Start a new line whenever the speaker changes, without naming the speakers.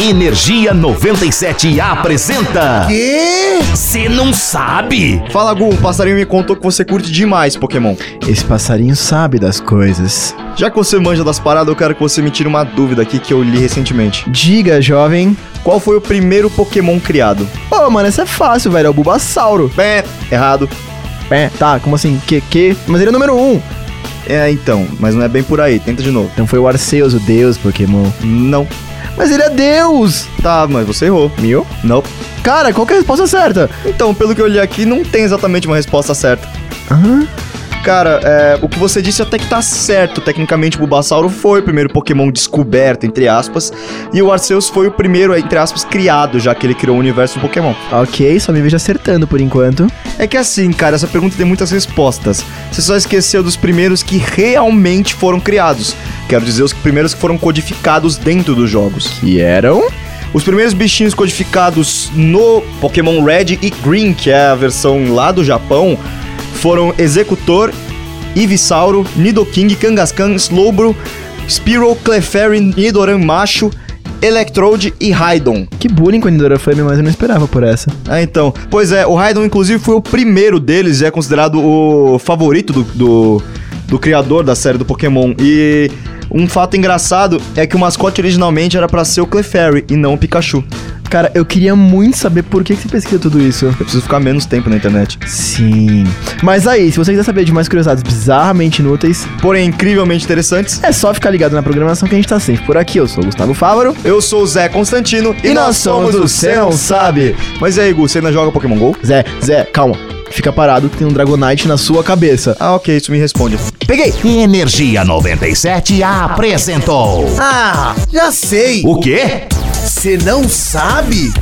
Energia 97 apresenta.
Quê?
Você não sabe?
Fala, Gu, um passarinho me contou que você curte demais Pokémon.
Esse passarinho sabe das coisas.
Já que você manja das paradas, eu quero que você me tire uma dúvida aqui que eu li recentemente.
Diga, jovem.
Qual foi o primeiro Pokémon criado?
Pô, mano, essa é fácil, velho. É o Bulbasauro.
Pé, errado.
É, tá, como assim? Que, que? Mas ele é o número um.
É, então, mas não é bem por aí. Tenta de novo.
Então foi o Arceus, o deus Pokémon.
Não.
Mas ele é deus!
Tá, mas você errou.
Meu?
Não.
Cara, qual que é a resposta certa?
Então, pelo que eu li aqui, não tem exatamente uma resposta certa.
Aham.
Cara, é, o que você disse até que tá certo. Tecnicamente, o Bulbasauro foi o primeiro Pokémon descoberto, entre aspas, e o Arceus foi o primeiro, entre aspas, criado, já que ele criou o universo do Pokémon.
Ok, só me vejo acertando por enquanto.
É que assim, cara, essa pergunta tem muitas respostas. Você só esqueceu dos primeiros que realmente foram criados. Quero dizer, os primeiros que foram codificados dentro dos jogos.
E eram?
Os primeiros bichinhos codificados no Pokémon Red e Green, que é a versão lá do Japão, foram Executor, Ivisauro, Nidoking, Kangaskhan, Slowbro, Spearow, Clefairy, Nidoran macho, Electrode e Raidon.
Que bullying com a Nidora Fame, mas eu não esperava por essa.
Ah, então. Pois é, o Raidon, inclusive, foi o primeiro deles e é considerado o favorito do, do, do criador da série do Pokémon. E um fato engraçado é que o mascote originalmente era pra ser o Clefairy e não o Pikachu.
Cara, eu queria muito saber por que, que você pesquisa tudo isso.
Eu preciso ficar menos tempo na internet.
Sim. Mas aí, se você quiser saber de mais curiosidades bizarramente inúteis,
Porém, incrivelmente interessantes.
é só ficar ligado na programação que a gente tá sempre por aqui. Eu sou o Gustavo Fávaro.
Eu sou o Zé Constantino e, nós somos o Cê Não Sabe. Mas e aí, Gu, você ainda joga Pokémon GO?
Zé, Zé, calma. Fica parado que tem um Dragonite na sua cabeça.
Ah, ok, isso me responde.
Peguei. Energia 97 apresentou.
Ah, já sei.
O quê?
Você não sabe?